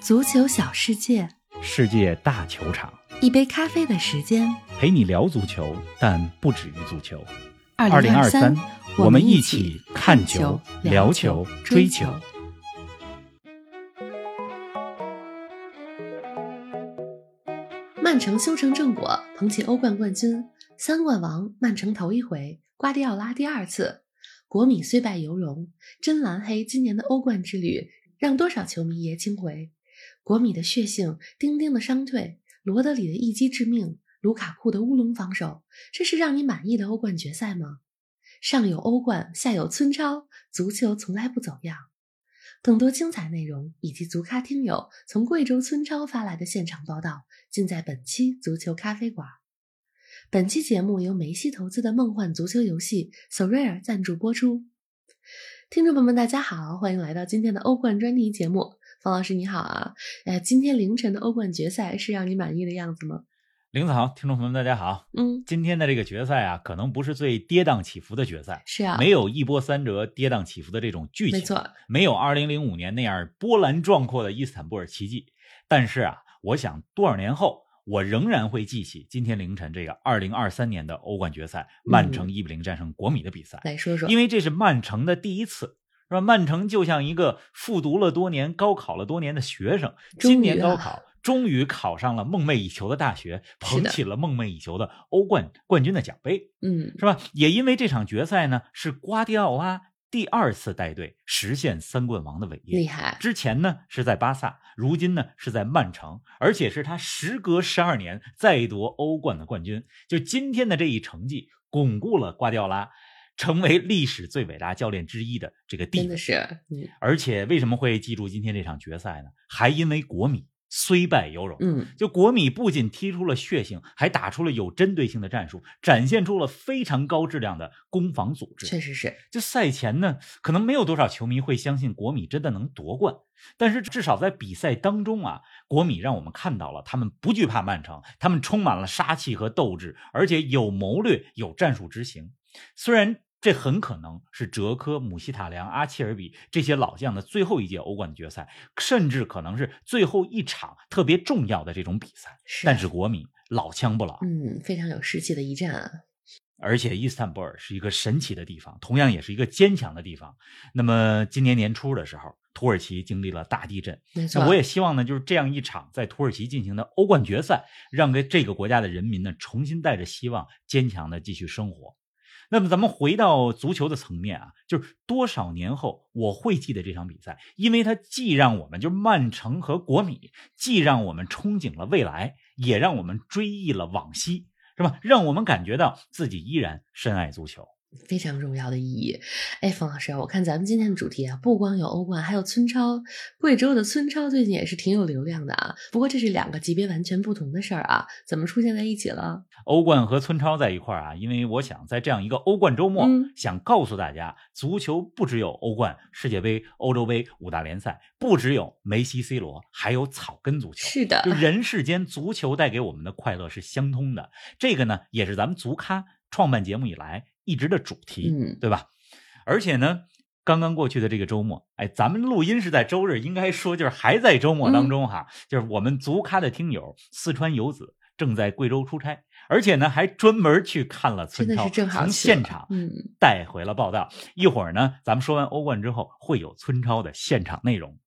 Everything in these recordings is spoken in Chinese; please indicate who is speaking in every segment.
Speaker 1: 足球小世界，
Speaker 2: 世界大球场，
Speaker 1: 一杯咖啡的时间。
Speaker 2: 陪你聊足球，但不止于足球。
Speaker 1: 二
Speaker 2: 零二
Speaker 1: 三，
Speaker 2: 我
Speaker 1: 们
Speaker 2: 们一起看球、聊球、追球。
Speaker 1: 曼城修成正果，捧起欧冠冠军，三冠王曼城头一回，瓜迪奥拉第二次。国米虽败犹荣，真蓝黑今年的欧冠之旅让多少球迷爷青回。国米的血性，丁丁的伤退，罗德里的一击致命，卢卡库的乌龙防守，这是让你满意的欧冠决赛吗？上有欧冠，下有村超，足球从来不走样。更多精彩内容以及足咖听友从贵州村超发来的现场报道，尽在本期足球咖啡馆。本期节目由梅西投资的梦幻足球游戏索瑞尔赞助播出。听众朋友们，大家好，欢迎来到今天的欧冠专题节目。方老师你好啊，哎，今天凌晨的欧冠决赛是让你满意的样子吗？
Speaker 2: 林子豪，听众朋友们，大家好。
Speaker 1: 嗯，
Speaker 2: 今天的这个决赛啊，可能不是最跌宕起伏的决赛，
Speaker 1: 是啊，
Speaker 2: 没有一波三折、跌宕起伏的这种剧情，
Speaker 1: 没错，
Speaker 2: 没有2005年那样波澜壮阔的伊斯坦布尔奇迹。但是啊，我想多少年后，我仍然会记起今天凌晨这个2023年的欧冠决赛，曼
Speaker 1: 嗯
Speaker 2: 城1比0战胜国米的比赛，
Speaker 1: 来说说，
Speaker 2: 因为这是曼城的第一次。是吧？曼城就像一个复读了多年、高考了多年的学生，今年高考终于考上了梦寐以求的大学，捧起了梦寐以求的欧冠冠军的奖杯。
Speaker 1: 嗯，
Speaker 2: 是吧？也因为这场决赛呢，是瓜迪奥拉第二次带队实现三冠王的伟业。
Speaker 1: 厉害，
Speaker 2: 之前呢是在巴萨，如今呢是在曼城，而且是他时隔十二年再夺欧冠的冠军。就今天的这一成绩，巩固了瓜迪奥拉成为历史最伟大教练之一的这个地
Speaker 1: 真
Speaker 2: 位
Speaker 1: 的。是，嗯
Speaker 2: 而且为什么会记住今天这场决赛呢？还因为国米虽败犹荣，
Speaker 1: 嗯，
Speaker 2: 就国米不仅踢出了血性，还打出了有针对性的战术，展现出了非常高质量的攻防组织。
Speaker 1: 确实是，
Speaker 2: 就赛前呢，可能没有多少球迷会相信国米真的能夺冠，但是至少在比赛当中啊，国米让我们看到了他们不惧怕曼城，他们充满了杀气和斗志，而且有谋略、有战术执行。虽然这很可能是哲科、姆希塔良、阿切尔比这些老将的最后一届欧冠决赛，甚至可能是最后一场特别重要的这种比赛。
Speaker 1: 是，
Speaker 2: 但是国米老枪不老，
Speaker 1: 嗯，非常有士气的一战啊，
Speaker 2: 而且伊斯坦布尔是一个神奇的地方，同样也是一个坚强的地方。那么今年年初的时候，土耳其经历了大地震，
Speaker 1: 没错，
Speaker 2: 那我也希望呢，就是这样一场在土耳其进行的欧冠决赛，让给这个国家的人民呢重新带着希望，坚强的继续生活。那么咱们回到足球的层面啊，就是多少年后我会记得这场比赛，因为它既让我们就是曼城和国米，既让我们憧憬了未来，也让我们追忆了往昔，是吧？让我们感觉到自己依然深爱足球。
Speaker 1: 非常重要的意义。哎，冯老师啊，我看咱们今天的主题啊，不光有欧冠，还有村超。贵州的村超最近也是挺有流量的啊。不过这是两个级别完全不同的事儿啊，怎么出现在一起了？
Speaker 2: 欧冠和村超在一块儿啊，因为我想在这样一个欧冠周末，
Speaker 1: 嗯
Speaker 2: 想告诉大家，足球不只有欧冠、世界杯、欧洲杯五大联赛，不只有梅西、C 罗，还有草根足球。
Speaker 1: 是的
Speaker 2: 就，人世间足球带给我们的快乐是相通的，这个呢也是咱们足咖创办节目以来一直的主题，
Speaker 1: 嗯，
Speaker 2: 对吧？而且呢，刚刚过去的这个周末，哎，咱们录音是在周日，应该说就是还在周末
Speaker 1: 嗯
Speaker 2: 当中哈，就是我们足咖的听友四川游子正在贵州出差，而且呢还专门去看了
Speaker 1: 真
Speaker 2: 村
Speaker 1: 的
Speaker 2: 超，
Speaker 1: 是正好
Speaker 2: 从
Speaker 1: 去了
Speaker 2: 现场
Speaker 1: 嗯，
Speaker 2: 带回了报道。一会儿呢，咱们说完欧冠之后，会有村超的现场内容。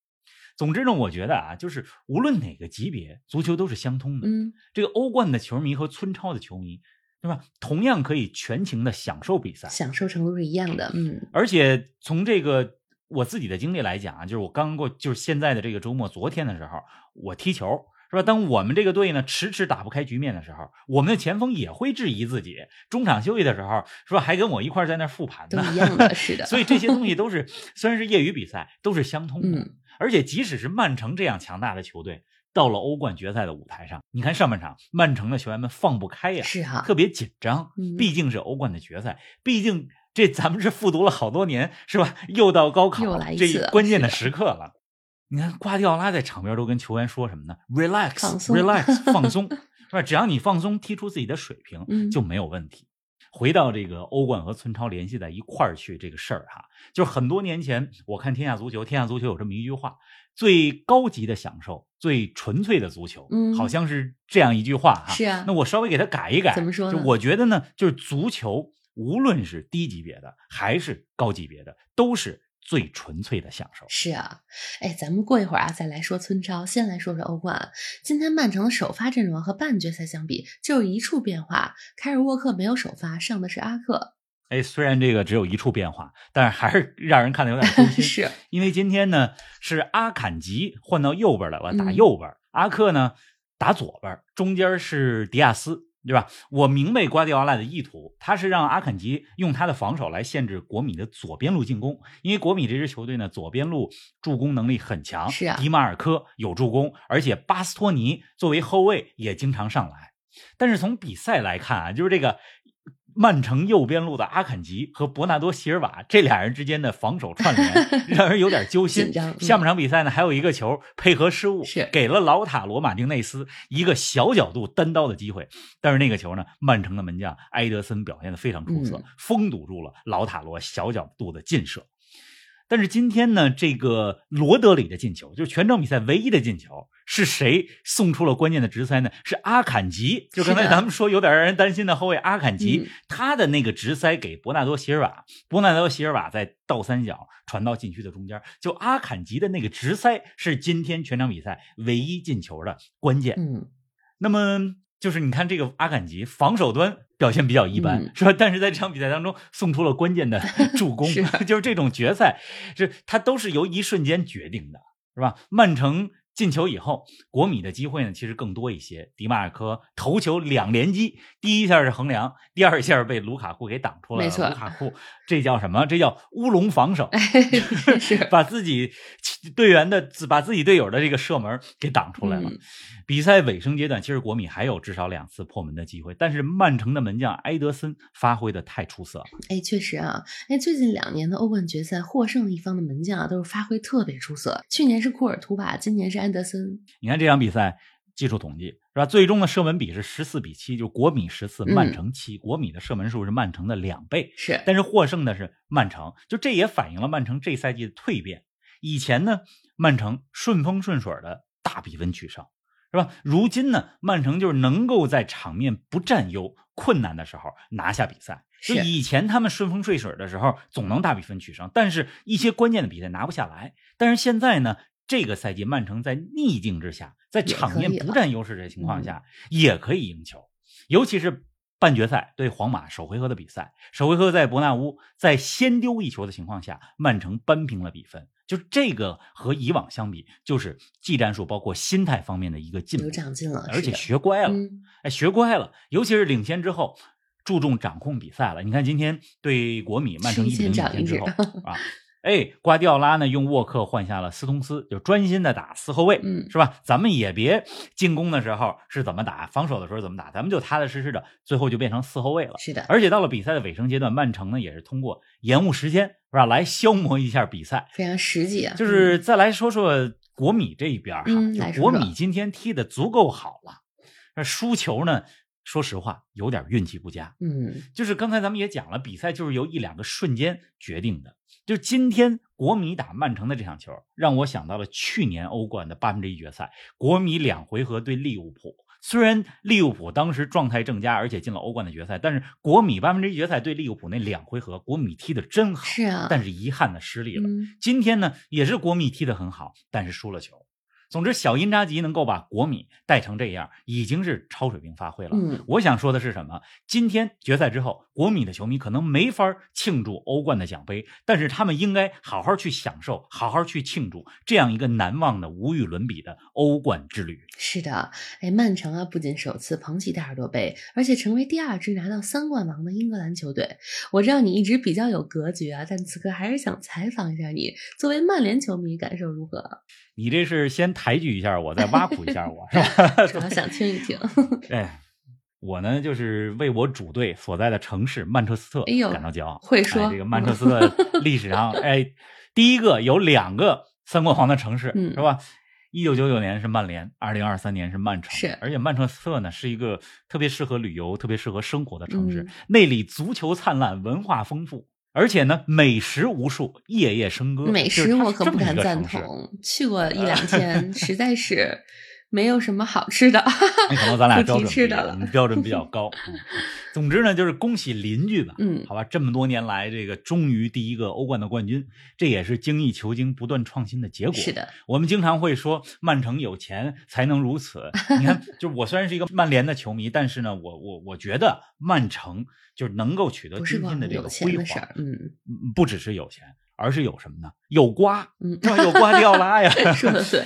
Speaker 2: 总之呢，我觉得啊，就是无论哪个级别，足球都是相通的。
Speaker 1: 嗯，
Speaker 2: 这个欧冠的球迷和村超的球迷，对吧？同样可以全情的享受比赛，
Speaker 1: 享受程度是一样的，嗯，
Speaker 2: 而且从这个我自己的经历来讲啊，就是我刚过，就是现在的这个周末，昨天的时候，我踢球是吧？当我们这个队呢迟迟打不开局面的时候，我们的前锋也会质疑自己。中场休息的时候，是吧？还跟我一块儿在那儿复盘
Speaker 1: 都
Speaker 2: 呢。
Speaker 1: 一样的，是的，
Speaker 2: 所以这 些东西都是虽然是业余比赛，都是相通的。
Speaker 1: 嗯
Speaker 2: 而且即使是曼城这样强大的球队，到了欧冠决赛的舞台上，你看上半场曼城的球员们放不开呀，
Speaker 1: 是哈
Speaker 2: 特，别紧张
Speaker 1: 嗯，
Speaker 2: 毕竟是欧冠的决赛，毕竟这咱们是复读了好多年，是吧？又到高考
Speaker 1: 又来一
Speaker 2: 这
Speaker 1: 次了
Speaker 2: 关键的
Speaker 1: 是
Speaker 2: 时刻了。你看瓜迪奥拉在场边都跟球员说什么呢
Speaker 1: 放
Speaker 2: ？relax
Speaker 1: 松
Speaker 2: relax 放松，是吧？只要你放松，踢出自己的水平
Speaker 1: 嗯
Speaker 2: 就没有问题。回到这个欧冠和村超联系在一块儿去这个事儿哈，就是很多年前我看《天下足球》，《天下足球》有这么一句话：最高级的享受，最纯粹的足球，
Speaker 1: 嗯
Speaker 2: 好像是这样一句话哈。
Speaker 1: 是啊
Speaker 2: 那我稍微给它改一改，
Speaker 1: 怎么说
Speaker 2: 就
Speaker 1: 呢
Speaker 2: 我觉得呢，就是足球无论是低级别的还是高级别的，都是最纯粹的享受。
Speaker 1: 是啊，哎，咱们过一会儿啊再来说村超，先来说说欧冠。啊今天曼城的首发阵容和半决赛相比，只有一处变化，凯尔沃克没有首发，上的是阿 克。
Speaker 2: 哎，虽然这个只有一处变化，但是还是让人看得有 点揪心。
Speaker 1: 是，
Speaker 2: 因为今天呢是阿坎吉换到右边来了，打
Speaker 1: 嗯
Speaker 2: 右边；阿克呢打左边，中间是迪亚斯，对吧？我明白瓜迪奥拉的意图，他是让阿坎吉用他的防守来限制国米的左边路进攻，因为国米这支球队呢左边路助攻能力很强，
Speaker 1: 是啊
Speaker 2: 迪马尔科有助攻，而且巴斯托尼作为后卫也经常上来。但是从比赛来看啊，就是这个曼城右边路的阿坎吉和伯纳多席尔瓦这俩人之间的防守 串联，让人有点揪心
Speaker 1: 紧。张嗯
Speaker 2: 下半场比赛呢，还有一个球配合失误，
Speaker 1: 是
Speaker 2: 给了老塔罗马丁内斯一个小角度单刀的机会，但是那个球呢，曼城的门将埃德森表现的非常出色，
Speaker 1: 嗯
Speaker 2: 封堵住了老塔罗小角度的劲射。但是今天呢，这个罗德里的进球，就是全场比赛唯一的进球，是谁送出了关键的直塞呢？是阿坎吉，就刚才
Speaker 1: 是的
Speaker 2: 咱们说有点让人担心的后卫阿坎吉，
Speaker 1: 嗯
Speaker 2: 他的那个直塞给伯纳多席尔瓦，伯纳多席尔瓦在倒三角传到禁区的中间，就阿坎吉的那个直塞是今天全场比赛唯一进球的关键。
Speaker 1: 嗯，
Speaker 2: 那么就是你看这个阿坎吉防守端表现比较一般，
Speaker 1: 嗯
Speaker 2: 是吧？但是在这场比赛当中送出了关 键的助攻，
Speaker 1: 是
Speaker 2: 就是这种决赛，是它都是由一瞬间决定的，是吧？曼城。进球以后，国米的机会呢其实更多一些。迪马尔科头球两连击，第一下是横梁，第二下被卢卡库给挡出来了。
Speaker 1: 没错
Speaker 2: 卢卡库这叫什么？这叫乌龙 防守。
Speaker 1: 哎，是
Speaker 2: 把自己队员的把自己队友的这个射门给挡出来了。
Speaker 1: 嗯
Speaker 2: 比赛尾声阶段，其实国米还有至少两次破门的机会，但是曼城的门将埃德森发挥的太出色了。
Speaker 1: 哎，确实啊，哎，最近两年的欧冠决赛，获胜一方的门将啊，都是发挥特别出色。去年是库尔图瓦，今年是安德森。
Speaker 2: 你看这场比赛技术统计是吧？最终的射门比是十四比七，就国米十四，
Speaker 1: 嗯
Speaker 2: 曼城七。国米的射门数是曼城的两倍，
Speaker 1: 是，
Speaker 2: 但是获胜的是曼城，就这也反映了曼城这赛季的蜕变。以前呢，曼城顺风顺水的大比分取胜，是吧？如今呢，曼城就是能够在场面不占优、困难的时候拿下比赛。就是以前他们顺风顺水的时候，总能大比分取胜，但是一些关键的比赛拿不下来。但是现在呢，这个赛季曼城在逆境之下，在场面
Speaker 1: 也可以
Speaker 2: 不
Speaker 1: 了嗯
Speaker 2: 占优势的情况下，也可以赢球，尤其是半决赛对皇马首回合的比赛，首回合在伯纳乌，在先丢一球的情况下，曼城扳平了比分。就这个和以往相比，就是技战术包括心态方面的一个进步
Speaker 1: 有，长进了，
Speaker 2: 而
Speaker 1: 是
Speaker 2: 且
Speaker 1: 的
Speaker 2: 学乖了。
Speaker 1: 嗯，
Speaker 2: 哎，学乖了，尤其是领先之后，注重掌控比赛了。你看今天对国米，曼城
Speaker 1: 吃
Speaker 2: 一
Speaker 1: 一
Speaker 2: 比零领
Speaker 1: 堑长
Speaker 2: 先
Speaker 1: 一
Speaker 2: 之
Speaker 1: 智
Speaker 2: 后啊，哎，瓜迪奥拉呢用沃克换下了斯通斯，就专心的打四后卫，
Speaker 1: 嗯
Speaker 2: 是吧？咱们也别进攻的时候是怎么打，防守的时候怎么打，咱们就踏踏实实的，最后就变成四后卫了。
Speaker 1: 是的，
Speaker 2: 而且到了比赛的尾声阶段，曼城呢也是通过延误时间，是吧，来消磨一下比赛。
Speaker 1: 非常实际啊。
Speaker 2: 就是再来说说国米这一边儿哈，
Speaker 1: 嗯
Speaker 2: 就
Speaker 1: 来说
Speaker 2: 国
Speaker 1: 说
Speaker 2: 米今天踢的足够好了，那输球呢，说实话有点运气不佳。
Speaker 1: 嗯，
Speaker 2: 就是刚才咱们也讲了，比赛就是由一两个瞬间决定的。就今天国米打曼城的这场球，让我想到了去年欧冠的八分之一决赛，国米两回合对利物浦。虽然利物浦当时状态正佳，而且进了欧冠的决赛，但是国米八分之一决赛对利物浦那两回合，国米踢得真好，
Speaker 1: 是啊，
Speaker 2: 但是遗憾的失利了。
Speaker 1: 嗯，
Speaker 2: 今天呢，也是国米踢得很好，但是输了球。总之，小因扎吉能够把国米带成这样，已经是超水平发挥了。
Speaker 1: 嗯
Speaker 2: 我想说的是什么？今天决赛之后，国米的球迷可能没法庆祝欧冠的奖杯，但是他们应该好好去享受，好好去庆祝这样一个难忘的、无与伦比的欧冠之旅。
Speaker 1: 是的，哎，曼城啊，不仅首次捧起大耳朵杯，而且成为第二支拿到三冠王的英格兰球队。我知道你一直比较有格局啊，但此刻还是想采访一下你，作为曼联球迷，感受如何？
Speaker 2: 你这是先抬举一下我，再挖苦一下我，是吧？
Speaker 1: 主要想听一听。
Speaker 2: 哎，我呢就是为我主队所在的城市曼彻斯特
Speaker 1: 哎呦
Speaker 2: 感到骄傲。
Speaker 1: 会说嗯
Speaker 2: 哎、这个曼彻斯特历史上，哎，第一个有两个三冠王的城市，
Speaker 1: 嗯
Speaker 2: 是吧？一九九九年是曼联，二零二三年是曼城，
Speaker 1: 是
Speaker 2: 而且曼彻斯特呢是一个特别适合旅游、特别适合生活的城市，
Speaker 1: 嗯
Speaker 2: 那里足球灿烂，文化丰富，而且呢美食无数，夜夜笙歌。
Speaker 1: 美
Speaker 2: 就是
Speaker 1: 食
Speaker 2: 它
Speaker 1: 我
Speaker 2: 是
Speaker 1: 可
Speaker 2: 这
Speaker 1: 不
Speaker 2: 么一
Speaker 1: 敢
Speaker 2: 个
Speaker 1: 赞
Speaker 2: 城市。
Speaker 1: 同，去 过一两天，实在是没有什么好吃的。
Speaker 2: 那可能咱俩
Speaker 1: 不
Speaker 2: 标
Speaker 1: 提
Speaker 2: 准
Speaker 1: 吃
Speaker 2: 不一
Speaker 1: 的
Speaker 2: 样
Speaker 1: 了
Speaker 2: 我们标准 比较高。嗯总之呢，就是恭喜邻居吧，
Speaker 1: 嗯
Speaker 2: 好吧，这么多年来，这个终于第一个欧冠的冠军，这也是精益求精、不断创新的结果。
Speaker 1: 是的，
Speaker 2: 我们经常会说曼城有钱才能如此。你看， 就我虽然是一个曼联的球迷，但是呢，我我我觉得曼城就是能够取得
Speaker 1: 不是
Speaker 2: 今天
Speaker 1: 光
Speaker 2: 的这
Speaker 1: 有
Speaker 2: 个
Speaker 1: 钱的
Speaker 2: 辉煌
Speaker 1: 事，儿，嗯
Speaker 2: 嗯不只是有钱，而是有什么呢？有瓜，
Speaker 1: 嗯，，
Speaker 2: 是吧？有瓜迪奥拉呀
Speaker 1: 说的对，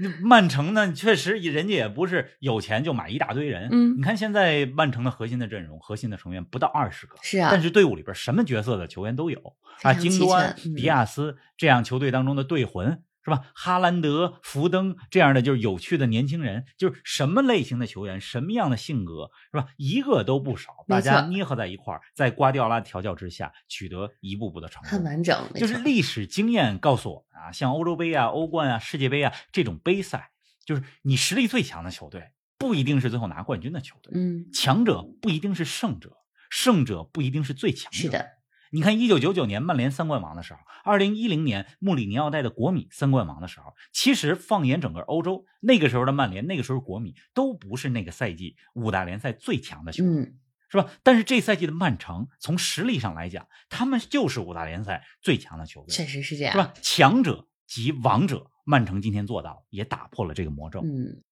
Speaker 2: 那曼城呢，确实人家也不是有钱就买一大堆人。
Speaker 1: 嗯
Speaker 2: 你看现在曼城的核心的阵容、核心的成员不到二十个，
Speaker 1: 是啊，
Speaker 2: 但是队伍里边什么角色的球员都有
Speaker 1: 非
Speaker 2: 啊，
Speaker 1: 常齐
Speaker 2: 京多安、
Speaker 1: 全嗯
Speaker 2: 迪亚斯这样球队当中的队魂。是吧？哈兰德、福登这样的就是有趣的年轻人，就是什么类型的球员，什么样的性格，是吧？一个都不少，
Speaker 1: 没
Speaker 2: 大家
Speaker 1: 错
Speaker 2: 捏合在一块儿，在瓜迪奥拉的调教之下，取得一步步的成
Speaker 1: 很
Speaker 2: 功。
Speaker 1: 完整，没
Speaker 2: 就是
Speaker 1: 错
Speaker 2: 历史经验告诉我们啊，像欧洲杯啊、欧冠啊、世界杯啊这种杯赛，就是你实力最强的球队不一定是最后拿冠军的球队，
Speaker 1: 嗯，
Speaker 2: 强者不一定是胜者，胜者不一定是最强者。
Speaker 1: 是的，
Speaker 2: 你看，一九九九年曼联三冠王的时候，二零一零年穆里尼奥带的国米三冠王的时候，其实放眼整个欧洲，那个时候的曼联，那个时候国米都不是那个赛季五大联赛最强的球队。
Speaker 1: 嗯，
Speaker 2: 是吧？但是这赛季的曼城，从实力上来讲，他们就是五大联赛最强的球队，
Speaker 1: 确实是这
Speaker 2: 是
Speaker 1: 样，
Speaker 2: 吧？强者及王者，曼城今天做到了，也打破了这个魔咒。
Speaker 1: 嗯。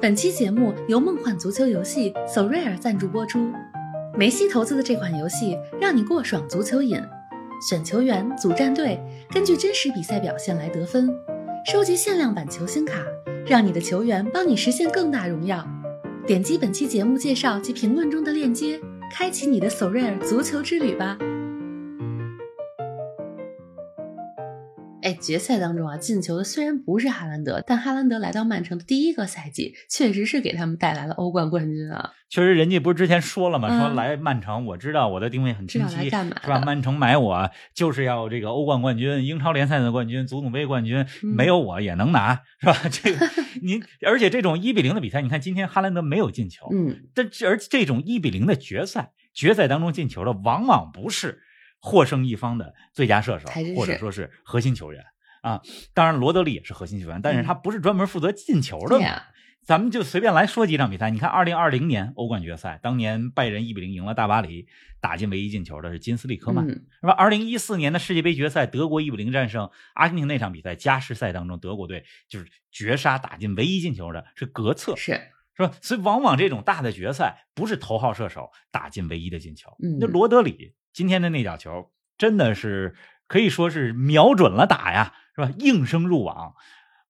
Speaker 1: 本期节目由梦幻足球游戏 s 瑞尔赞助播出。梅西投资的这款游戏让你过爽足球瘾，选球员、组战队，根据真实比赛表现来得分，收集限量版球星卡，让你的球员帮你实现更大荣耀。点击本期节目介绍及评论中的链接，开启你的 s 瑞尔足球之旅吧。哎，决赛当中啊，进球的虽然不是哈兰德，但哈兰德来到曼城的第一个赛季，确实是给他们带来了欧冠冠军啊。
Speaker 2: 确实，人家不是之前说了吗？
Speaker 1: 嗯
Speaker 2: 说来曼城，我知道我的定位很清
Speaker 1: 知道来
Speaker 2: 晰，
Speaker 1: 干嘛的
Speaker 2: 是吧？曼城买我就是要这个欧冠冠军、英超联赛的冠军、足总杯冠军，
Speaker 1: 嗯
Speaker 2: 没有我也能拿，是吧？ 这个您，而且这种一比零的比赛，你看今天哈兰德没有进球，
Speaker 1: 嗯，
Speaker 2: 但这而这种一比零的决赛，决赛当中进球的往往不是获胜一方的最佳射手
Speaker 1: 还真，
Speaker 2: 或者
Speaker 1: 是
Speaker 2: 说是核心球员啊。当然，罗德里也是核心球员，但是他不是专门负责进球的
Speaker 1: 嗯对啊
Speaker 2: 嘛。
Speaker 1: 呀、
Speaker 2: 咱们就随便来说几场比赛。你看，二零二零年欧冠决赛，当年拜仁一比零赢了大巴黎，打进唯一进球的是金斯利科曼，
Speaker 1: 嗯，
Speaker 2: 是吧？二零一四年的世界杯决赛，德国一比零战胜阿根廷那场比赛，加时赛当中，德国队就是绝杀打进唯一进球的是格策，
Speaker 1: 是
Speaker 2: 是吧？所以往往这种大的决赛，不是头号射手打进唯一的进球。
Speaker 1: 嗯
Speaker 2: 那罗德里今天的那脚球真的是可以说是瞄准了打呀，是吧？应声入网，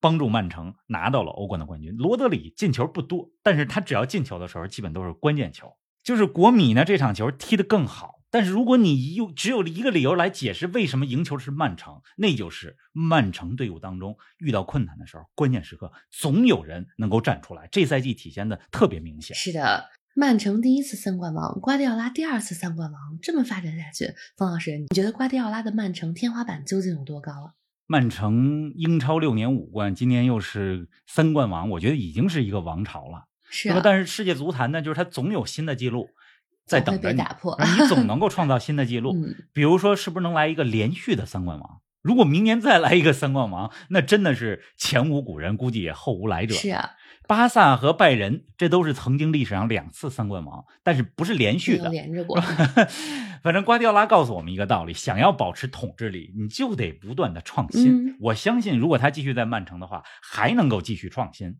Speaker 2: 帮助曼城拿到了欧冠的冠军。罗德里进球不多，但是他只要进球的时候，基本都是关键球。就是国米呢，这场球踢得更好。但是如果你用只有一个理由来解释为什么赢球是曼城，那就是曼城队伍当中遇到困难的时候，关键时刻总有人能够站出来。这赛季体现的特别明显。
Speaker 1: 是的。曼城第一次三冠王，瓜迪奥拉第二次三冠王，这么发展下去，冯老师，你觉得瓜迪奥拉的曼城天花板究竟有多高啊？
Speaker 2: 曼城英超六年五冠，今年又是三冠王，我觉得已经是一个王朝了。
Speaker 1: 是
Speaker 2: 那
Speaker 1: 啊
Speaker 2: 么，，但是世界足坛呢，就是它总有新的记录在
Speaker 1: 总会
Speaker 2: 等着
Speaker 1: 被
Speaker 2: 你，
Speaker 1: 打破
Speaker 2: 然后你 总能够创造新的记录。
Speaker 1: 嗯，
Speaker 2: 比如说，是不是能来一个连续的三冠王？如果明年再来一个三冠王，那真的是前无古人，估计也后无来者。
Speaker 1: 是啊，
Speaker 2: 巴萨和拜仁，这都是曾经历史上两次三冠王，但是不是连续
Speaker 1: 没有
Speaker 2: 的。
Speaker 1: 连着过，
Speaker 2: 反正瓜迪奥拉告诉我们一个道理：想要保持统治力，你就得不断的创新。
Speaker 1: 嗯
Speaker 2: 我相信，如果他继续在曼城的话，还能够继续创新。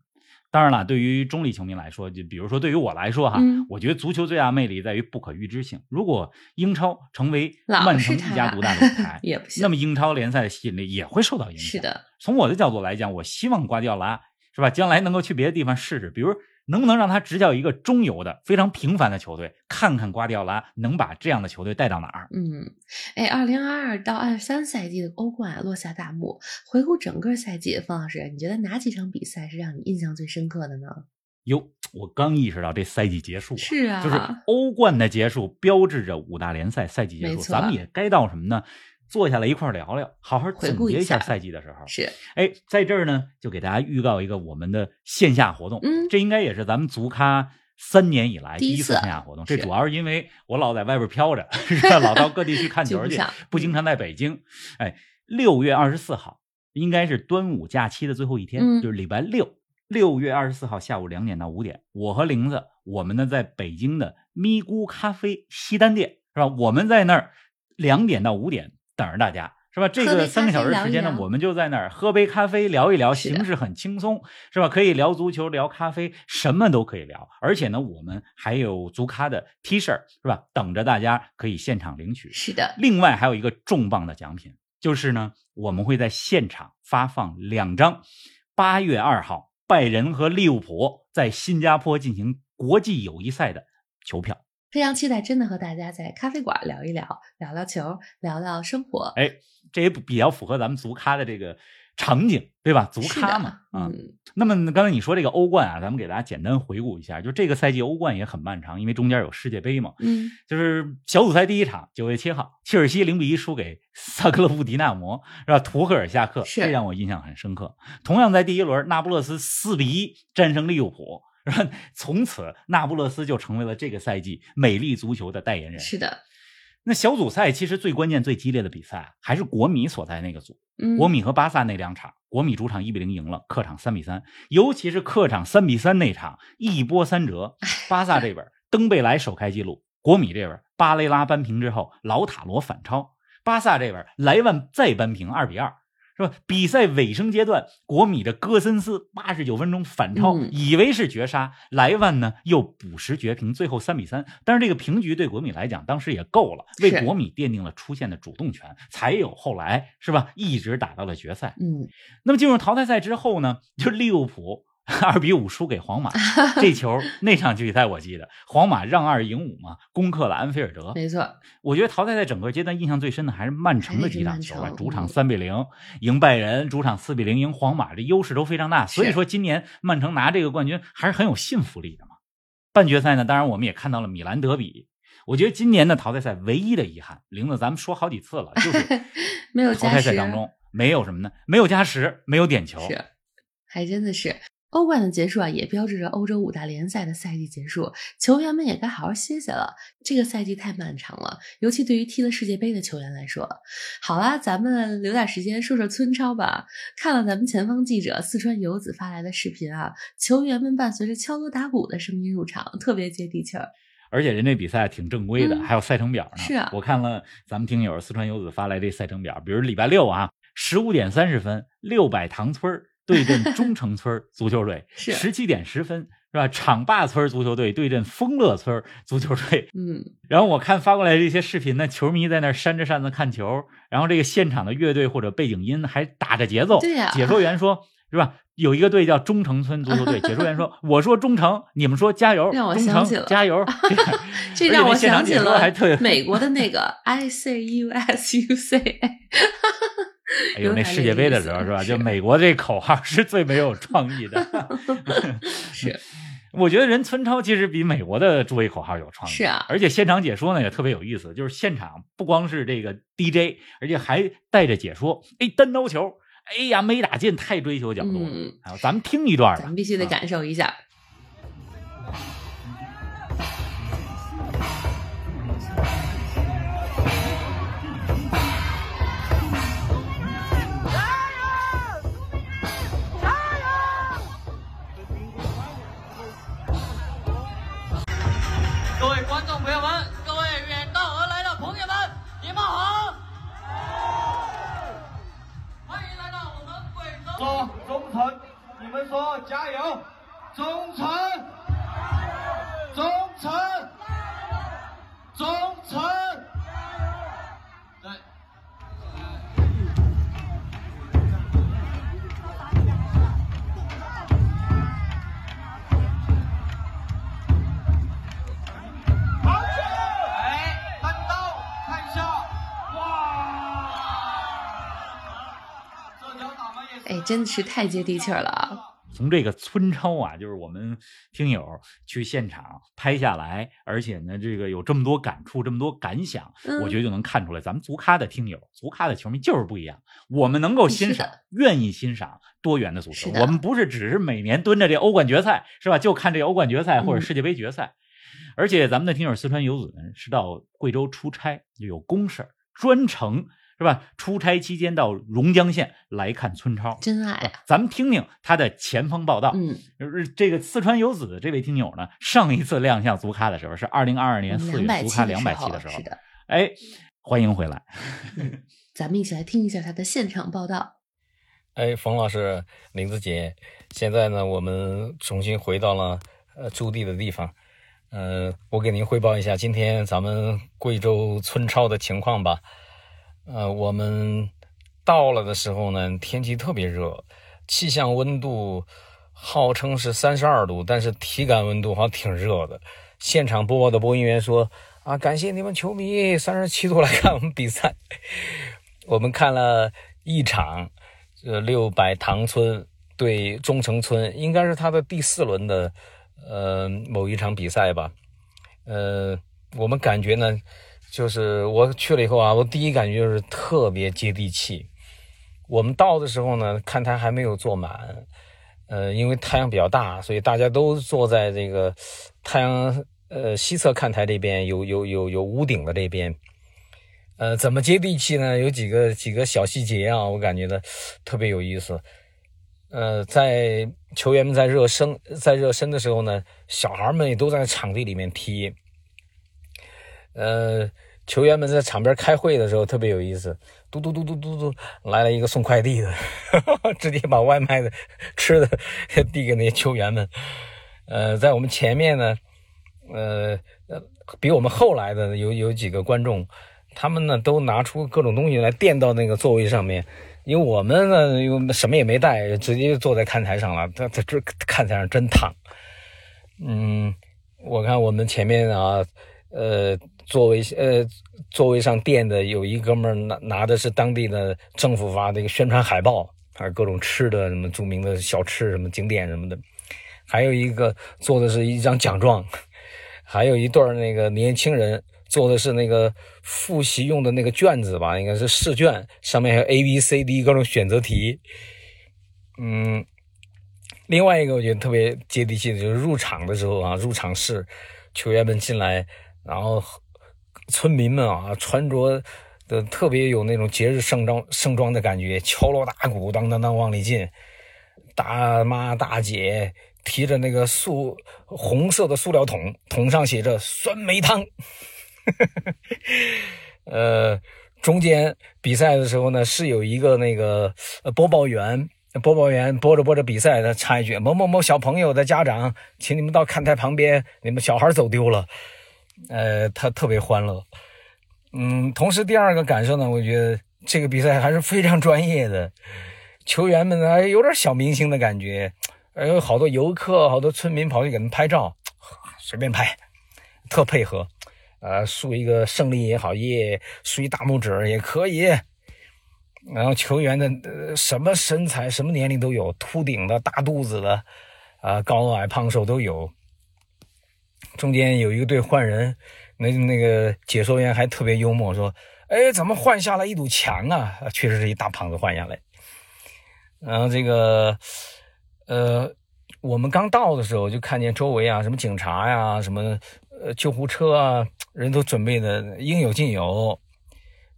Speaker 2: 当然了，对于中立球迷来说，就比如说对于我来说哈，
Speaker 1: 嗯
Speaker 2: 我觉得足球最大魅力在于不可预知性。如果英超成为
Speaker 1: 老
Speaker 2: 曼
Speaker 1: 是
Speaker 2: 城
Speaker 1: 他，
Speaker 2: 一家独大的舞 台
Speaker 1: 也不行。
Speaker 2: 那么英超联赛的吸引力也会受到影响。
Speaker 1: 是的，
Speaker 2: 从我的角度来讲，我希望瓜迪奥拉是吧，将来能够去别的地方试试，比如能不能让他执教一个中游的非常平凡的球队，看看瓜迪奥拉能把这样的球队带到哪儿。
Speaker 1: 嗯，哎，二零二二到二三赛季的欧冠啊落下大幕。回顾整个赛季，方老师，你觉得哪几场比赛是让你印象最深刻的呢？
Speaker 2: 哟，我刚意识到这赛季结束、啊，
Speaker 1: 是啊
Speaker 2: 就是欧冠的结束标志着五大联赛赛季结
Speaker 1: 没
Speaker 2: 束，
Speaker 1: 错啊
Speaker 2: 咱们也该到什么呢？坐下来一块儿聊聊，好好
Speaker 1: 回
Speaker 2: 总
Speaker 1: 顾一
Speaker 2: 结一下
Speaker 1: 下
Speaker 2: 赛季的时候。
Speaker 1: 是
Speaker 2: 哎，在这儿呢，就给大家预告一个我们的线下活动，
Speaker 1: 嗯
Speaker 2: 这应该也是咱们足咖。三年以来
Speaker 1: 第一
Speaker 2: 第一
Speaker 1: 次
Speaker 2: 次线下活动，这
Speaker 1: 是
Speaker 2: 主要是因为我老在外边飘着，是吧？老到各地去看
Speaker 1: 聚
Speaker 2: 球
Speaker 1: 不
Speaker 2: 去
Speaker 1: 上，
Speaker 2: 不经常在北京。哎，六月二十四号应该是端午假期的最后一天，
Speaker 1: 嗯
Speaker 2: 就是礼拜六，六月二十四号下午两点到五点，我和玲子，我们呢在北京的咪咕咖啡西单店，是吧？我们在那儿两点到五点等着大家。是吧？这
Speaker 1: 喝杯
Speaker 2: 个
Speaker 1: 咖
Speaker 2: 三个
Speaker 1: 啡
Speaker 2: 小时
Speaker 1: 聊
Speaker 2: 时
Speaker 1: 一
Speaker 2: 间呢，
Speaker 1: 聊
Speaker 2: 我们就在那儿喝杯咖啡，聊一聊，
Speaker 1: 是的
Speaker 2: 形式很轻松，是吧？可以聊足球，聊咖啡，什么都可以聊。而且呢，我们还有足咖的 T 恤，是吧？等着大家可以现场领取。
Speaker 1: 是的，
Speaker 2: 另外还有一个重磅的奖品，就是呢，我们会在现场发放两张八月二号拜仁和利物浦在新加坡进行国际友谊赛的球票。
Speaker 1: 非常期待真的和大家在咖啡馆聊一聊，聊聊球，聊聊生活。
Speaker 2: 哎，这也比较符合咱们足咖的这个场景，对吧？足
Speaker 1: 是
Speaker 2: 咖
Speaker 1: 的
Speaker 2: 嘛，啊、
Speaker 1: 嗯，
Speaker 2: 那么刚才你说这个欧冠啊，咱们给大家简单回顾一下，就这个赛季欧冠也很漫长，因为中间有世界杯嘛。
Speaker 1: 嗯，
Speaker 2: 就是小组赛第一场，九月七号，切尔西零比一输给萨克勒布迪纳摩，是吧？图赫尔下课，
Speaker 1: 是
Speaker 2: 这让我印象很深刻。同样在第一轮，那不勒斯四比一战胜利物浦，是吧？从此，那不勒斯就成为了这个赛季美丽足球的代言人。
Speaker 1: 嗯是的，
Speaker 2: 那小组赛其实最关键、最激烈的比赛啊还是国米所在那个组，
Speaker 1: 嗯，
Speaker 2: 国米和巴萨那两场，国米主场一比零赢了，客场三比三，尤其是客场三比三那场一波 三折，巴萨这边登贝莱首开纪录，国米这边巴雷拉扳平之后，老塔罗反超，巴萨这边莱万再扳平二比二。是吧？比赛尾声阶段，国米的戈森斯八十九分钟反超，
Speaker 1: 嗯
Speaker 2: 以为是绝杀，莱万呢又补时绝平，最后三比三。但是这个平局对国米来讲，当时也够了，为
Speaker 1: 是
Speaker 2: 国米奠定了出线的主动权，才有后来是吧？一直打到了决赛。
Speaker 1: 嗯，
Speaker 2: 那么进入淘汰赛之后呢，就利物浦 二比五输给皇马，这 球那场比赛我记得，皇马让二赢五嘛，攻克了安菲尔德。
Speaker 1: 没错，
Speaker 2: 我觉得淘汰赛整个阶段印象最深的还是曼城的几场球
Speaker 1: 还
Speaker 2: 吧
Speaker 1: 是曼，城
Speaker 2: 主场
Speaker 1: 嗯
Speaker 2: 三比零赢拜仁，主场四比零赢皇马，这优势都非常大。所以
Speaker 1: 是
Speaker 2: 说今年曼城拿这个冠军还是很有信服力的嘛。半决赛呢，当然我们也看到了米兰德比。我觉得今年的淘汰赛唯一的遗憾，玲子咱们说好几次了，就是
Speaker 1: 没有
Speaker 2: 淘
Speaker 1: 加
Speaker 2: 汰赛
Speaker 1: 时啊
Speaker 2: 当中没有什么呢？没有加时，没有点球，
Speaker 1: 是，还真的是。欧冠的结束啊，也标志着欧洲五大联赛的赛季结束，球员们也该好好歇歇了。这个赛季太漫长了，尤其对于踢了世界杯的球员来说。好啦，咱们留点时间说说村超吧。看了咱们前方记者四川游子发来的视频啊，球员们伴随着敲锣打鼓的声音入场，特别接地气儿。
Speaker 2: 而且人这比赛挺正规的，
Speaker 1: 嗯
Speaker 2: 还有赛程表呢。
Speaker 1: 是啊
Speaker 2: 我看了咱们听友四川游子发来这赛程表，比如礼拜六啊，十五点三十分，六百塘村儿 对阵中城村儿足球队；
Speaker 1: 是
Speaker 2: 十七点十分是吧？厂坝村儿足球队对阵丰乐村儿足球队。
Speaker 1: 嗯，
Speaker 2: 然后我看发过来这些视频呢，球迷在那儿扇着扇子看球，然后这个现场的乐队或者背景音还打着节奏。
Speaker 1: 对呀
Speaker 2: 解说员说。是吧？有一个队叫中城村足球队，解说 员说：“我说中城，你们说加油，
Speaker 1: 让我
Speaker 2: 中
Speaker 1: 想
Speaker 2: 城
Speaker 1: 起了
Speaker 2: 加油。这样”
Speaker 1: 这
Speaker 2: 而且
Speaker 1: 让
Speaker 2: 那
Speaker 1: 我
Speaker 2: 现场
Speaker 1: 想起
Speaker 2: 解说
Speaker 1: 了
Speaker 2: 还特别
Speaker 1: 美国的 那个 I C U S U C。
Speaker 2: 哎呦，
Speaker 1: 有
Speaker 2: 那
Speaker 1: 点
Speaker 2: 世
Speaker 1: 这
Speaker 2: 界
Speaker 1: 个
Speaker 2: 杯
Speaker 1: 意
Speaker 2: 的
Speaker 1: 思
Speaker 2: 时候是吧？
Speaker 1: 是
Speaker 2: 就美国这口号是最没有创意的。
Speaker 1: 是
Speaker 2: 我觉得人村超其实比美国的诸位口号有创意。
Speaker 1: 是啊，
Speaker 2: 而且现场解说呢也特别有意思，就是现场不光是这个 DJ，而且还带着解说。哎，单刀球，哎呀，没打进，太追求角度了。
Speaker 1: 嗯
Speaker 2: 哎呦咱们听一段吧。
Speaker 1: 咱们必须得
Speaker 2: 啊
Speaker 1: 感受一下。
Speaker 3: 各位观众朋友们，各位远道而来的朋友们，你们好！欢迎来到我们贵州。
Speaker 4: 说忠诚，你们说加油，忠诚，忠诚，忠诚，对。哎，单刀看一下，哇！这条打门也是
Speaker 1: 哎，真的是太接地气儿了啊！
Speaker 2: 从这个村超啊，就是我们听友去现场拍下来，而且呢，这个有这么多感触，这么多感想，
Speaker 1: 嗯
Speaker 2: 我觉得就能看出来，咱们足咖的听友、足咖的球迷就是不一样。我们能够欣
Speaker 1: 嗯是的
Speaker 2: 赏，愿意欣赏多元的足球
Speaker 1: 是。的
Speaker 2: 我们不是只是每年蹲着这欧冠决赛，是吧？就看这欧冠决赛或者
Speaker 1: 嗯
Speaker 2: 世界杯决赛。而且咱们的听友四川游子呢，是到贵州出差，就有公事儿，专程是吧？出差期间到榕江县来看村超。
Speaker 1: 真爱啊！
Speaker 2: 咱们听听他的前方报道。
Speaker 1: 嗯，
Speaker 2: 就是这个四川游子这位听友呢，上一次亮相足咖的时候是二零二二年四
Speaker 1: 两
Speaker 2: 月
Speaker 1: 百
Speaker 2: 足
Speaker 1: 期
Speaker 2: 咖两百期
Speaker 1: 的
Speaker 2: 的
Speaker 1: 时
Speaker 2: 时
Speaker 1: 候
Speaker 2: 候
Speaker 1: 是，的，
Speaker 2: 哎，欢迎回来。
Speaker 1: 咱们一起来听一下他的现场报道。
Speaker 5: 哎，冯老师，林子杰，现在呢，我们重新回到了呃驻地的地方。呃，我给您汇报一下今天咱们贵州村超的情况吧。呃，我们到了的时候呢，天气特别热，气象温度号称是三十二度，但是体感温度好像挺热的。现场播报的播音员说：“啊，感谢你们球迷三十七度来看我们比赛。” 我们看了一场，呃，六百塘村对中城村，应该是他的第四轮的，呃，某一场比赛吧。呃，我们感觉呢，就是我去了以后啊，我第一感觉就是特别接地气。我们到的时候呢，看他还没有坐满，呃，因为太阳比较大，所以大家都坐在这个太阳呃西侧看台这边，有有有有屋顶的这边。呃，怎么接地气呢？有几个几个小细节啊，我感觉呢特别有意思。呃，在球员们在热身在热身的时候呢，小孩们也都在场地里面踢。呃，球员们在场边开会的时候特别有意思，嘟嘟嘟嘟嘟嘟，来了一个送快递的， 直接把外卖的吃的递给那些球员们。呃，在我们前面呢，呃，呃比我们后来的有有几个观众，他们呢都拿出各种东西来垫到那个座位上面，因为我们呢又什么也没带，直接就坐在看台上了。他他这看台上真烫。嗯，我看我们前面啊，呃，座位呃座位上垫的有一哥们儿拿拿的是当地的政府发的一个宣传海报，还有各种吃的什么著名的小吃什么景点什么的，还有一个做的是一张奖状。还有一对儿那个年轻人做的是那个复习用的那个卷子吧，应该是试卷，上面还有 A、B、C、D 各种选择题。嗯，另外一个我觉得特别接地气的就是入场的时候啊，入场式球员们进来，然后村民们啊穿着的特别有那种节日盛装盛装的感觉，敲锣打鼓，当当当往里进。大妈大姐提着那个塑红色的塑料桶，桶上写着酸梅汤。 呃，中间比赛的时候呢，是有一个那个呃播报员，播报员播着播着比赛，他插一句：“某某某小朋友的家长，请你们到看台旁边，你们小孩走丢了。”呃，他特别欢乐。嗯，同时第二个感受呢，我觉得这个比赛还是非常专业的，球员们呢还有点小明星的感觉，哎有好多游客、好多村民跑去给他们拍照，随便拍，特配合，呃，竖一个胜利也好，耶，竖一大拇指也可以。然后球员的、呃、什么身材、什么年龄都有，秃顶的、大肚子的，啊、高矮胖瘦都有。中间有一个队换人，那那个解说员还特别幽默说：“哎，怎么换下来一堵墙啊？啊确实是一大胖子换下来。”然后这个，呃，我们刚到的时候就看见周围啊，什么警察呀、什么呃救护车啊，人都准备的应有尽有。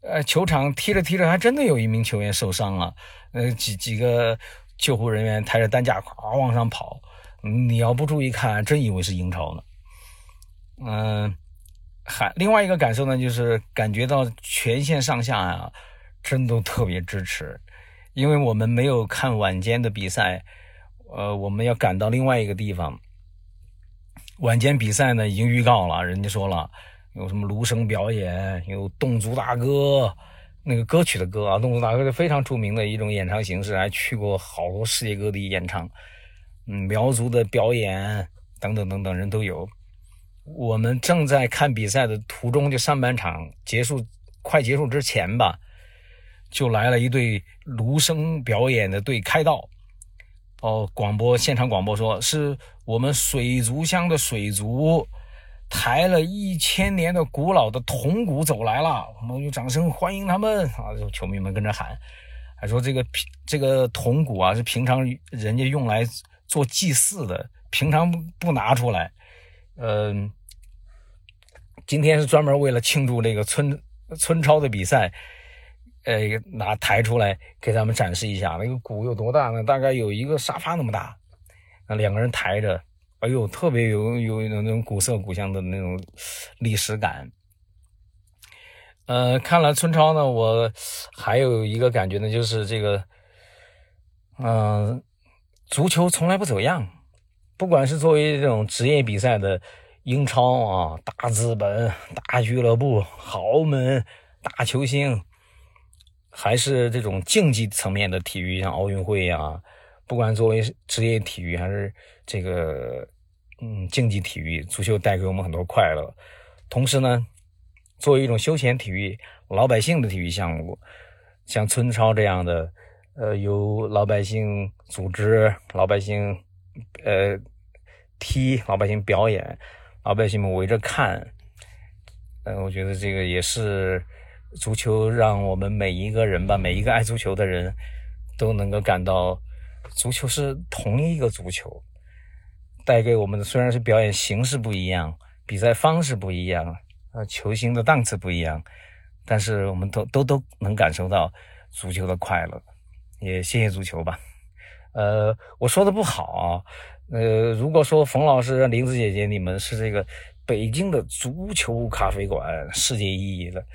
Speaker 5: 呃，球场踢着踢着，还真的有一名球员受伤了。呃，几几个救护人员抬着担架，咵往上跑。嗯你要不注意看，真以为是英超呢。嗯，还另外一个感受呢，就是感觉到全县上下啊，真都特别支持，因为我们没有看晚间的比赛，呃，我们要赶到另外一个地方。晚间比赛呢已经预告了，人家说了有什么芦笙表演，有侗族大歌，那个歌曲的歌啊，侗族大歌是非常著名的一种演唱形式，还去过好多世界各地演唱，嗯，苗族的表演等等等等人都有。我们正在看比赛的途中，就上半场结束快结束之前吧，就来了一队芦笙表演的队开道。哦，广播现场广播说是我们水族乡的水族抬了一千年的古老的铜鼓走来了，我们用掌声欢迎他们啊！就球迷们跟着喊，还说这个平这个铜鼓啊是平常人家用来做祭祀的，平常不拿出来。嗯、今天是专门为了庆祝这个村村超的比赛，呃，拿抬出来给咱们展示一下。那个鼓有多大呢？大概有一个沙发那么大。那两个人抬着，哎呦，特别有有有那种古色古香的那种历史感。呃，看了村超呢，我还有一个感觉呢，就是这个，嗯、足球从来不走样。不管是作为这种职业比赛的英超啊，大资本、大俱乐部、豪门、大球星，还是这种竞技层面的体育，像奥运会啊，不管作为职业体育还是这个嗯竞技体育，足球带给我们很多快乐。同时呢，作为一种休闲体育、老百姓的体育项目，像村超这样的，呃，由老百姓组织、老百姓呃踢、老百姓表演，老百姓们围着看，嗯、我觉得这个也是足球让我们每一个人吧，每一个爱足球的人都能够感到，足球是同一个足球，带给我们的虽然是表演形式不一样，比赛方式不一样，呃，球星的档次不一样，但是我们都都都能感受到足球的快乐，也谢谢足球吧。呃，我说的不好、啊，呃，如果说冯老师、玲子姐姐你们是这个北京的足球咖啡馆世界一级的，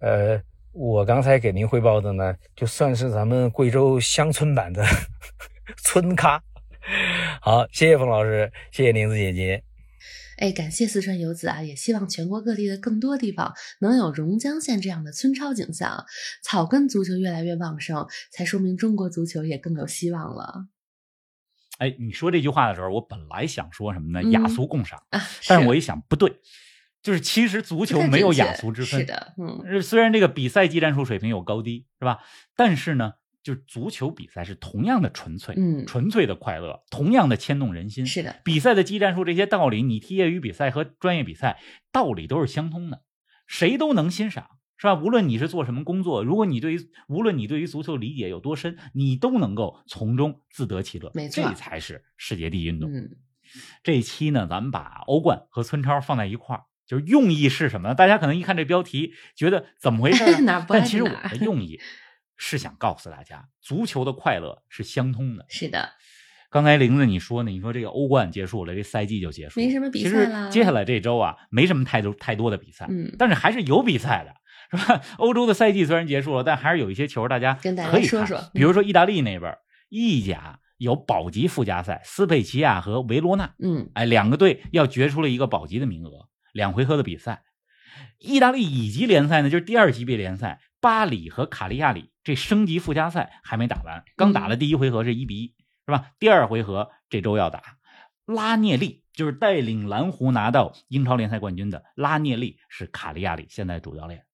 Speaker 5: 呃，我刚才给您汇报的呢，就算是咱们贵州乡村版的 村咖。好，谢谢冯老师，谢谢玲子姐姐。
Speaker 1: 哎，感谢四川游子啊！也希望全国各地的更多地方能有榕江县这样的村超景象，草根足球越来越旺盛，才说明中国足球也更有希望了。
Speaker 2: 哎，你说这句话的时候，我本来想说什么呢？
Speaker 1: 嗯
Speaker 2: 雅俗共赏，
Speaker 1: 啊，
Speaker 2: 但
Speaker 1: 是
Speaker 2: 我一想不对，就是其实足
Speaker 1: 不
Speaker 2: 球
Speaker 1: 太
Speaker 2: 没有
Speaker 1: 准确
Speaker 2: 雅俗之分
Speaker 1: 是，的，嗯，
Speaker 2: 呃，虽然这个比赛技战术水平有高低，是吧？但是呢，就是足球比赛是同样的纯粹，
Speaker 1: 嗯
Speaker 2: 纯粹的快乐，同样的牵动人心。
Speaker 1: 是的，
Speaker 2: 比赛的技战术这些道理，你踢业余比赛和专业比赛道理都是相通的，谁都能欣赏，是吧？无论你是做什么工作，如果你对于无论你对于足球理解有多深，你都能够从中自得其乐。
Speaker 1: 没错
Speaker 2: 这才是世界第一运动。
Speaker 1: 嗯，？
Speaker 2: 这一期呢，咱们把欧冠和村超放在一块儿，就是用意是什么呢？大家可能一看这标题，觉得怎么回事、啊
Speaker 1: 哪儿不爱
Speaker 2: 但其实
Speaker 1: 哪
Speaker 2: 我
Speaker 1: 儿
Speaker 2: 的用意是想告诉大家，足球的快乐是相通的。
Speaker 1: 是的，
Speaker 2: 刚才玲子你说呢，你说这个欧冠结束了，这赛季就结束了，
Speaker 1: 没什么比
Speaker 2: 其
Speaker 1: 赛
Speaker 2: 实
Speaker 1: 啦
Speaker 2: 接下来这周啊，没什么太多太多的比赛，
Speaker 1: 嗯，
Speaker 2: 但是还是有比赛的。是吧？ 欧洲的赛季虽然结束了，但还是有一些球大家
Speaker 1: 跟大家
Speaker 2: 可以
Speaker 1: 说
Speaker 2: 看
Speaker 1: 说嗯
Speaker 2: 比如说意大利那边，意甲有保级附加赛，斯佩齐亚和维罗纳，
Speaker 1: 嗯，
Speaker 2: 哎，两个队要决出了一个保级的名额，两回合的比赛。意大利乙级联赛呢，就是第二级别联赛，巴里和卡利亚里这升级附加赛还没打完，刚打了第一回合是一比一，是吧？第二回合这周要打。拉涅利就是带领蓝湖拿到英超联赛冠军的拉涅利是卡利亚里现在主教练，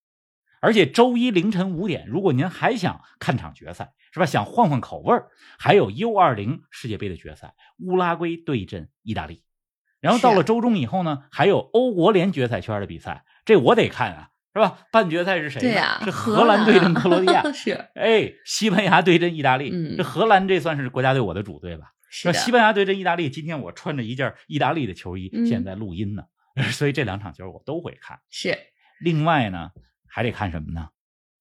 Speaker 2: 而且周一凌晨五点，如果您还想看场决赛，是吧？想换换口味儿，还有 U 2 0世界杯的决赛，乌拉圭对阵意大利。然后到了周中以后呢，还有欧国联决赛圈的比赛，这我得看啊，是吧？半决赛是谁呢？
Speaker 1: 对啊呀，，
Speaker 2: 是荷兰对阵克罗地亚
Speaker 1: 是
Speaker 2: 哎，西班牙对阵意大利。
Speaker 1: 嗯
Speaker 2: 这荷兰这算是国家队我的主队吧？
Speaker 1: 是
Speaker 2: 那
Speaker 1: 的，
Speaker 2: 西班牙对阵意大利，今天我穿着一件意大利的球衣，
Speaker 1: 嗯
Speaker 2: 现在录音呢， 所以这两场球我都会看。
Speaker 1: 是
Speaker 2: 另外呢，还得看什么呢？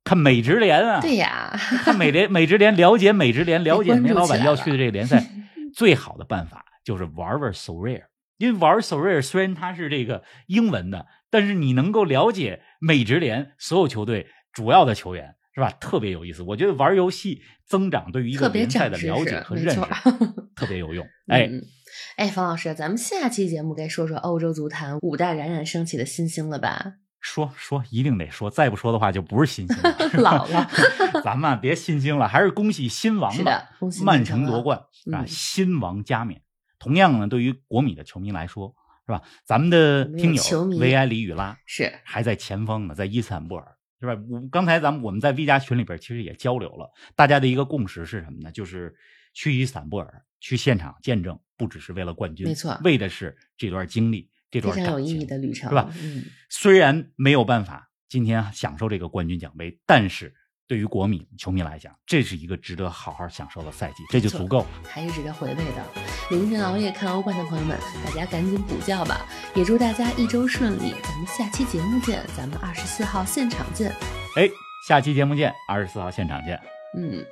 Speaker 2: 看美职联啊，
Speaker 1: 对呀，
Speaker 2: 看 美联美职联，了解美职联，了解
Speaker 1: 关注
Speaker 2: 梅老板
Speaker 1: 起来
Speaker 2: 要
Speaker 1: 了
Speaker 2: 去的这个 联赛，最好的办法就是玩玩 s o r a r 因为玩 s o r a r 虽然它是这个英文的，但是你能够了解美职联所有球队主要的球员，是吧？特别有意思。我觉得玩游戏增长对于一个
Speaker 1: 特别
Speaker 2: 联赛
Speaker 1: 长
Speaker 2: 的
Speaker 1: 知
Speaker 2: 了解
Speaker 1: 识，
Speaker 2: 和
Speaker 1: 没
Speaker 2: 认识
Speaker 1: 错。
Speaker 2: 特别有用。哎，
Speaker 1: 嗯，哎，冯老师，咱们下期节目该说说欧洲足坛五大冉冉升起的新星了吧？，
Speaker 2: 说说一定得说，再不说的话就不是新星了
Speaker 1: 老了。
Speaker 2: 咱们啊别新星了，还是恭喜新王
Speaker 1: 是
Speaker 2: 吧
Speaker 1: 的，，恭喜
Speaker 2: 曼
Speaker 1: 你
Speaker 2: 城
Speaker 1: 了
Speaker 2: 夺。冠啊，
Speaker 1: 嗯
Speaker 2: 新王加冕。同样呢，对于国米的球迷来说，是吧？咱们的
Speaker 1: 我们有
Speaker 2: 听友
Speaker 1: 球迷
Speaker 2: 维埃里与拉
Speaker 1: 是，
Speaker 2: 还在前方呢，在伊斯坦布尔，是吧？我刚才咱们我们在 V 加群里边其实也交流了，大家的一个共识是什么呢？就是去伊斯坦布尔，去现场见证，不只是为了冠军，
Speaker 1: 没错
Speaker 2: 为的是这段经历，这
Speaker 1: 非
Speaker 2: 段
Speaker 1: 常有
Speaker 2: 感
Speaker 1: 意
Speaker 2: 情
Speaker 1: 义，的旅程，
Speaker 2: 是吧
Speaker 1: 嗯，
Speaker 2: 虽然没有办法今天享受这个冠军奖杯，但是对于国米球迷来讲，这是一个值得好好享受的赛季，这就足够了。
Speaker 1: 还是值得回味的。凌晨熬夜看欧冠的朋友们，大家赶紧补觉吧！也祝大家一周顺利，咱们下期节目见，咱们二十四号现场见。
Speaker 2: 哎，下期节目见，二十四号现场见。
Speaker 1: 嗯，